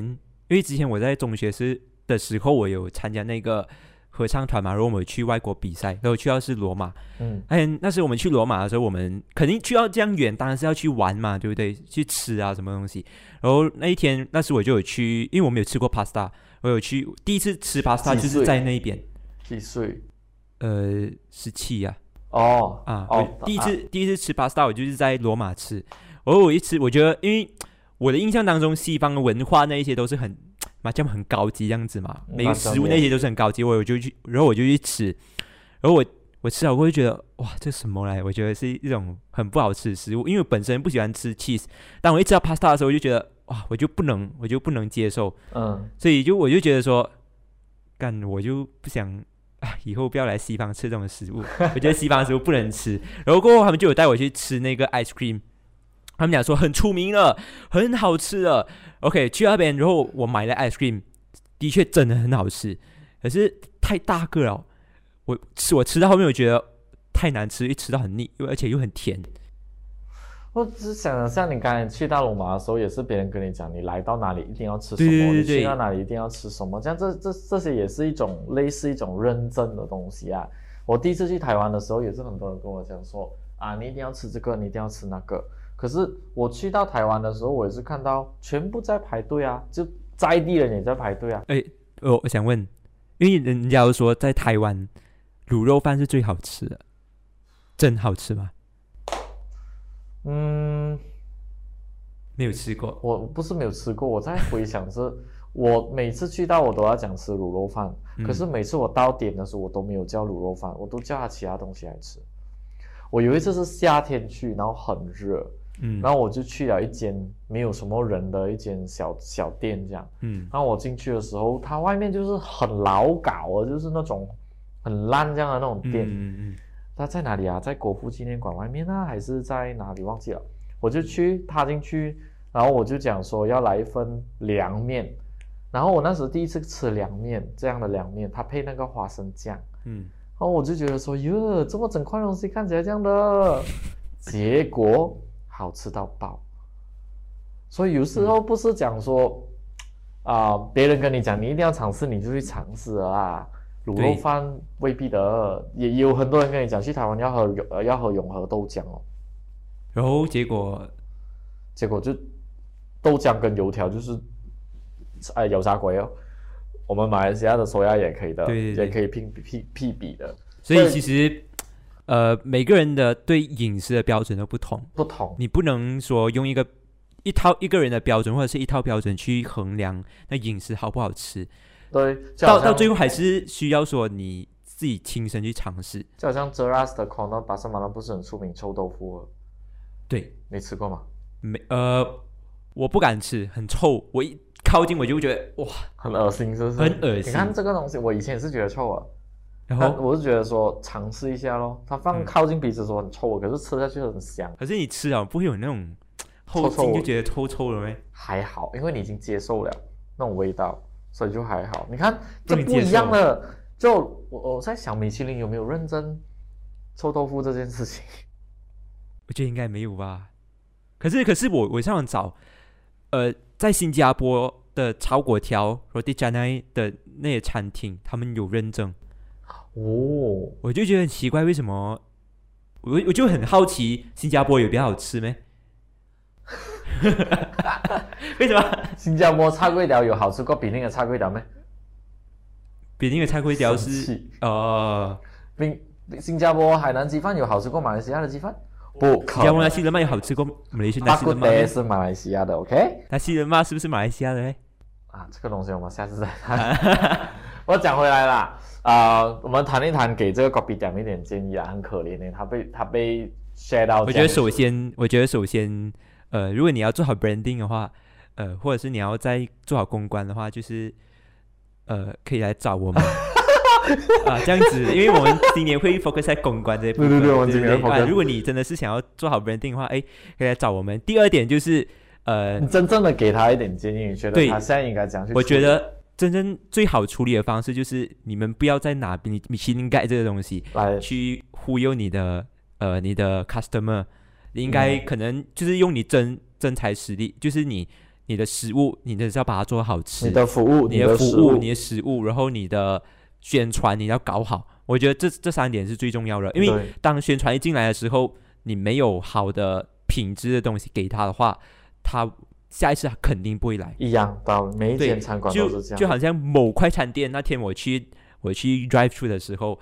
Speaker 2: 因为之前我在中学是的时候，我有参加那个合唱团嘛，然后我们有去外国比赛，然后去到是罗马，
Speaker 1: 嗯，
Speaker 2: 哎，那时候我们去罗马的时候，我们肯定去到这样远，当然是要去玩嘛，对不对？去吃啊，什么东西。然后那一天，那时我就有去，因为我没有吃过 pasta，我有去第一次吃 pasta
Speaker 1: 几
Speaker 2: 就
Speaker 1: 岁
Speaker 2: 是在那边，
Speaker 1: 几岁？
Speaker 2: 呃，十七呀，
Speaker 1: 哦
Speaker 2: 啊，
Speaker 1: 哦
Speaker 2: 我，第一
Speaker 1: 啊
Speaker 2: 次、第一次吃 pasta，我就是在罗马吃。然后我一吃，我觉得因为我的印象当中，西方文化那一些都是很麻酱很高级这样子嘛，
Speaker 1: 嗯
Speaker 2: 每个食物那些都是很高级。我我就去，然后我就去吃，然后我我吃了过后就觉得哇，这什么来？我觉得是一种很不好吃的食物，因为我本身不喜欢吃 cheese，但我一吃到 pasta 的时候，我就觉得哇，我就不能，我就不能接受，
Speaker 1: 嗯，
Speaker 2: 所以就我就觉得说，干我就不想啊，以后不要来西方吃这种食物，我觉得西方食物不能吃。然后过后他们就有带我去吃那个 ice cream，他们讲说很出名了，很好吃了。OK，去那边，然后我买了 ice cream，的确真的很好吃，可是太大个了，我吃我吃到后面我觉得太难吃，一吃到很腻，又而且又很甜。
Speaker 1: 我只想像你刚才去大龙马的时候，也是别人跟你讲，你来到哪里一定要吃什
Speaker 2: 对
Speaker 1: 么，
Speaker 2: 对对
Speaker 1: 你
Speaker 2: 对
Speaker 1: 去到哪里一定要吃什么，这样这这这些也是一种类似一种认证的东西啊。我第一次去台湾的时候，也是很多人跟我讲说啊，你一定要吃这个，你一定要吃那个。可是我去到台湾的时候，我也是看到全部在排队啊，就在地人也在排队啊。
Speaker 2: 呃，我想问，因为人家都说在台湾卤肉饭是最好吃的，真好吃吗？
Speaker 1: 嗯，
Speaker 2: 没有吃过，
Speaker 1: 我不是没有吃过，我在回想是，我每次去到我都要讲吃卤肉饭，
Speaker 2: 嗯
Speaker 1: 可是每次我到点的时候，我都没有叫卤肉饭，我都叫他其他东西来吃。我有一次是夏天去，然后很热，
Speaker 2: 嗯
Speaker 1: 然后我就去了一间没有什么人的一间小小店这样。
Speaker 2: 嗯
Speaker 1: 然后我进去的时候，它外面就是很老搞的，就是那种很烂这样的那种
Speaker 2: 嗯
Speaker 1: 店。
Speaker 2: 嗯
Speaker 1: 他在哪里啊？在国父纪念馆外面啊，还是在哪里？忘记了。我就去踏进去，然后我就讲说要来一份凉面，然后我那时第一次吃凉面，这样的凉面，它配那个花生酱，然
Speaker 2: 嗯
Speaker 1: 后我就觉得说，哟，这么整块东西看起来这样的，结果好吃到爆。所以有时候不是讲说，啊、别人跟你讲你一定要尝试，你就去尝试了啊。卤
Speaker 2: 对
Speaker 1: 肉饭未必的，也也有很多人跟你讲去台湾要喝永呃要喝永和豆浆哦，
Speaker 2: 然后结果
Speaker 1: 结果就豆浆跟油条就是，哎有啥鬼哦？我们马来西亚的手压也可以的，
Speaker 2: 对对对
Speaker 1: 也可以拼拼拼比的，
Speaker 2: 所以
Speaker 1: 对
Speaker 2: 其实呃每个人的对饮食的标准都不同，
Speaker 1: 不同。
Speaker 2: 你不能说用一个一套一个人的标准或者是一套标准去衡量那饮食好不好吃，
Speaker 1: 对，就好
Speaker 2: 到
Speaker 1: 像
Speaker 2: 到最后还是需要说你自己亲身去尝试。
Speaker 1: 就好像 Zeras 的 Corner 巴塞马拉不是很出名臭豆腐哦，
Speaker 2: 对，
Speaker 1: 你吃过吗？
Speaker 2: 没呃，我不敢吃，很臭，我一靠近我就会觉得哇，
Speaker 1: 很恶心，是不是？
Speaker 2: 很恶心
Speaker 1: 你看这个东西，我以前也是觉得臭啊，
Speaker 2: 然
Speaker 1: 但
Speaker 2: 后
Speaker 1: 我是觉得说尝试一下咯。它放
Speaker 2: 嗯
Speaker 1: 靠近鼻子的时候很臭，可是吃下去很香，
Speaker 2: 可是你吃了不会有那种
Speaker 1: 臭
Speaker 2: 后
Speaker 1: 臭
Speaker 2: 劲就
Speaker 1: 的
Speaker 2: 觉得臭臭了没？
Speaker 1: 还好，因为你已经接受了那种味道，所以就还好。你看这
Speaker 2: 都已经
Speaker 1: 不
Speaker 2: 接
Speaker 1: 一样
Speaker 2: 受
Speaker 1: 了，就我我在想米其林有没有认真臭豆腐这件事情。
Speaker 2: 我觉得应该没有吧。可是可是我我上网找，呃，在新加坡的炒粿条 （Roti Canai） 的那些餐厅，他们有认证，
Speaker 1: 哦，
Speaker 2: 我就觉得很奇怪，为什么？我我就很好奇，新加坡有比较好吃 没？为什么？
Speaker 1: 新加坡叉龟条有好吃过比那个叉龟条没？
Speaker 2: 比那个菜粿条
Speaker 1: 生
Speaker 2: 是
Speaker 1: 气
Speaker 2: 呃，
Speaker 1: 比比新加坡海南鸡饭有好吃过马来西亚的鸡饭？不可
Speaker 2: 新加坡那
Speaker 1: 能，
Speaker 2: 西人麦有好吃过马来西亚那
Speaker 1: 巴
Speaker 2: 西
Speaker 1: 古
Speaker 2: 人
Speaker 1: 德
Speaker 2: 麦？
Speaker 1: 是马来西亚的，OK？
Speaker 2: 那西人麦是不是马来西亚的嘞？
Speaker 1: 啊，这个东西我们下次再谈。 我讲回来啦，啊、我们谈一谈给这个 copy 讲一点建议啊，很可怜的，他被他被 share 到
Speaker 2: 我
Speaker 1: 这
Speaker 2: 觉得
Speaker 1: 样子。
Speaker 2: 首先，我觉得首先，呃，如果你要做好 branding 的话，呃，或者是你要再做好公关的话，就是呃，可以来找我 们啊，这样子，因为我们今年会 focus 在公关这一部
Speaker 1: 对
Speaker 2: 分。
Speaker 1: 对对我们今年
Speaker 2: 对
Speaker 1: 会
Speaker 2: 啊
Speaker 1: focus
Speaker 2: 如果你真的是想要做好 branding 的话，哎，可以来找我们。第二点就是，呃
Speaker 1: 你，真正的给他一点建议，你觉得
Speaker 2: 对
Speaker 1: 他现在应该怎样去处理？
Speaker 2: 我觉得真正最好处理的方式就是，你们不要再拿米米其林盖这个东西，
Speaker 1: 来，
Speaker 2: 去忽悠你的呃你的 customer，你应
Speaker 1: 嗯
Speaker 2: 该可能就是用你真真材实料，就是你你的食物，你就是要把它做好吃，
Speaker 1: 你的服务、
Speaker 2: 你
Speaker 1: 的
Speaker 2: 服
Speaker 1: 食
Speaker 2: 务、你的食物，然后你的宣传你要搞好。我觉得这这三点是最重要的，因为
Speaker 1: 对
Speaker 2: 当宣传一进来的时候，你没有好的品质的东西给他的话，他下一次肯定不会来。
Speaker 1: 一样道理，每一
Speaker 2: 对
Speaker 1: 间餐馆都是这样。
Speaker 2: 就好像某快餐店那天我去我去 drive through 的时候，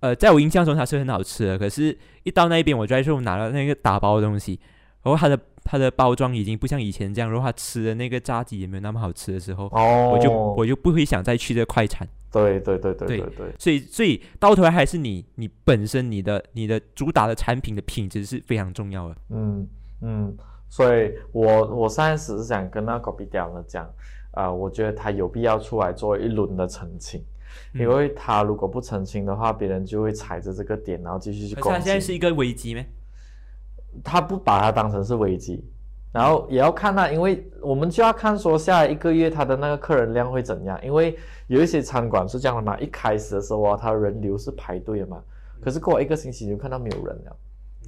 Speaker 2: 呃，在我印象中它是很好吃的，可是一到那一边我 drive through 拿了那个打包的东西，然后它的它的包装已经不像以前这样，然后它吃的那个炸鸡也没有那么好吃的时候，
Speaker 1: 哦，
Speaker 2: 我就我就不会想再去这个快餐。
Speaker 1: 对对对对
Speaker 2: 对
Speaker 1: 对对，
Speaker 2: 所以所以到头来还是你你本身你的你的主打的产品的品质是非常重要的。
Speaker 1: 嗯嗯，所以我我上一次是想跟那个 copy 掉的讲，啊、我觉得他有必要出来做一轮的澄清，
Speaker 2: 嗯
Speaker 1: 因为他如果不澄清的话，别人就会踩着这个点，然后继续去
Speaker 2: 可是它
Speaker 1: 攻
Speaker 2: 现在是
Speaker 1: 击。
Speaker 2: 一个危机咩？
Speaker 1: 他不把它当成是危机，然后也要看那、因为我们就要看说下一个月他的那个客人量会怎样，因为有一些餐馆是这样的嘛，一开始的时候啊，他人流是排队的嘛，可是过了一个星期你就看到没有人了，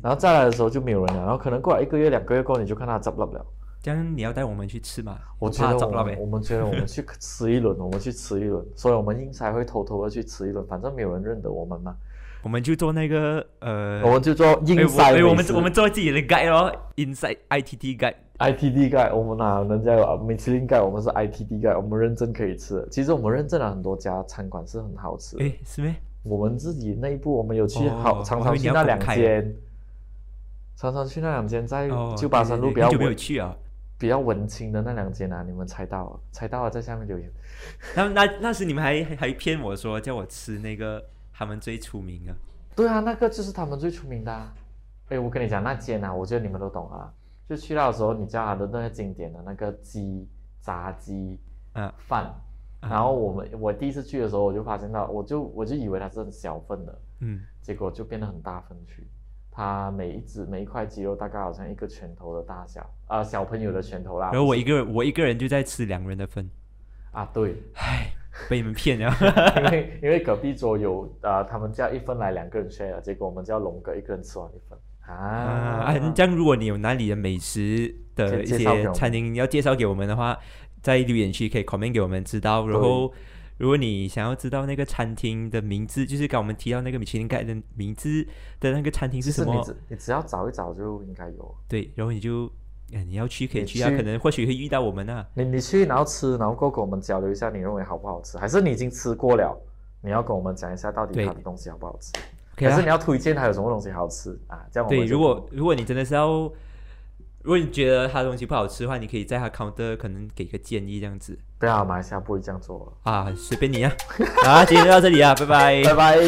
Speaker 1: 然后再来的时候就没有人了，然后可能过了一个月、两个月过后你就看他 z 不了。
Speaker 2: 这样你要带我们去吃嘛？
Speaker 1: 我
Speaker 2: 你
Speaker 1: 觉
Speaker 2: 怕
Speaker 1: 得
Speaker 2: 找
Speaker 1: 我
Speaker 2: 不到呗
Speaker 1: 们我们觉得我们去吃一轮，我们去吃一轮，所以我们应才会偷偷的去吃一轮，反正没有人认得我们嘛，
Speaker 2: 我们就做那个呃，
Speaker 1: 我们就做
Speaker 2: 哎
Speaker 1: 应
Speaker 2: 我
Speaker 1: 塞
Speaker 2: 哎我
Speaker 1: 美
Speaker 2: 们
Speaker 1: 食。
Speaker 2: 我们做自己的 guide 咯，inside ITT guide。
Speaker 1: ITD 盖，我们哪人家有米其林盖？我们是 ITD 盖，我们认证可以吃的。其实我们认证了很多家餐馆是很好吃的。
Speaker 2: 哎，是咩？
Speaker 1: 我们自己内部我们有去
Speaker 2: 哦
Speaker 1: 好，常
Speaker 2: 我
Speaker 1: 常
Speaker 2: 以为你
Speaker 1: 去
Speaker 2: 要
Speaker 1: 那两
Speaker 2: 公开
Speaker 1: 间，常常去那两间在
Speaker 2: 哦，
Speaker 1: 旧巴哎山路
Speaker 2: 对对对
Speaker 1: 比较
Speaker 2: 很久没有
Speaker 1: 文
Speaker 2: 去啊。
Speaker 1: 比较文青的那两间啊，你们猜到了？猜到了，在下面留言。
Speaker 2: 他们那那时你们还还还骗我说叫我吃那个他们最出名的，
Speaker 1: 对啊，那个就是他们最出名的、啊。哎，我跟你讲，那间啊，我觉得你们都懂啊。就去到的时候，你叫他的那个经典的那个鸡炸鸡
Speaker 2: 啊
Speaker 1: 饭，
Speaker 2: 啊
Speaker 1: 然后我们我第一次去的时候，我就发现到，我就我就以为它是很小份的，
Speaker 2: 嗯，
Speaker 1: 结果就变得很大份去。它每一只每一块鸡肉大概好像一个拳头的大小，啊、小朋友的拳头啦。
Speaker 2: 然后
Speaker 1: 不
Speaker 2: 我一
Speaker 1: 啊是
Speaker 2: 个人我一个人就在吃两人的份，
Speaker 1: 啊，对，
Speaker 2: 唉，被你们骗了。
Speaker 1: 因为因为隔壁桌有呃，他们叫一份来两个人 share，结果我们叫龙哥一个人吃完一份
Speaker 2: 啊
Speaker 1: 啊
Speaker 2: 啊，这样如果你有哪里的美食的一
Speaker 1: 介介绍给我
Speaker 2: 些
Speaker 1: 们
Speaker 2: 餐厅要介绍给我们的话，在留言区可以 comment 给我们知道。然后，如果你想要知道那个餐厅的名字，就是刚我们提到那个米其林盖的名字的那个餐厅是
Speaker 1: 其
Speaker 2: 什
Speaker 1: 实你
Speaker 2: 么，
Speaker 1: 只你只要找一找就应该有。
Speaker 2: 对，然后你就。哎你要去可以
Speaker 1: 你
Speaker 2: 去啊，
Speaker 1: 去
Speaker 2: 可能或许会遇到我们啊。
Speaker 1: 你你去然后吃，然后过后跟我们交流一下，你认为好不好吃？还是你已经吃过了，你要跟我们讲一下到底
Speaker 2: 对
Speaker 1: 它的东西好不好吃？
Speaker 2: 可以
Speaker 1: 还是
Speaker 2: 啊
Speaker 1: 你，要推荐它有什么东西好吃啊？这样我们
Speaker 2: 对，
Speaker 1: 就
Speaker 2: 如果如果你真的是要，如如果你觉得他的东西不好吃的话，你可以在他 counter 可能给个建议这样子
Speaker 1: 不要，马来西亚不会这样做了。
Speaker 2: 啊，随便你啊。好啊，今天就到这里啊，拜拜
Speaker 1: 拜拜。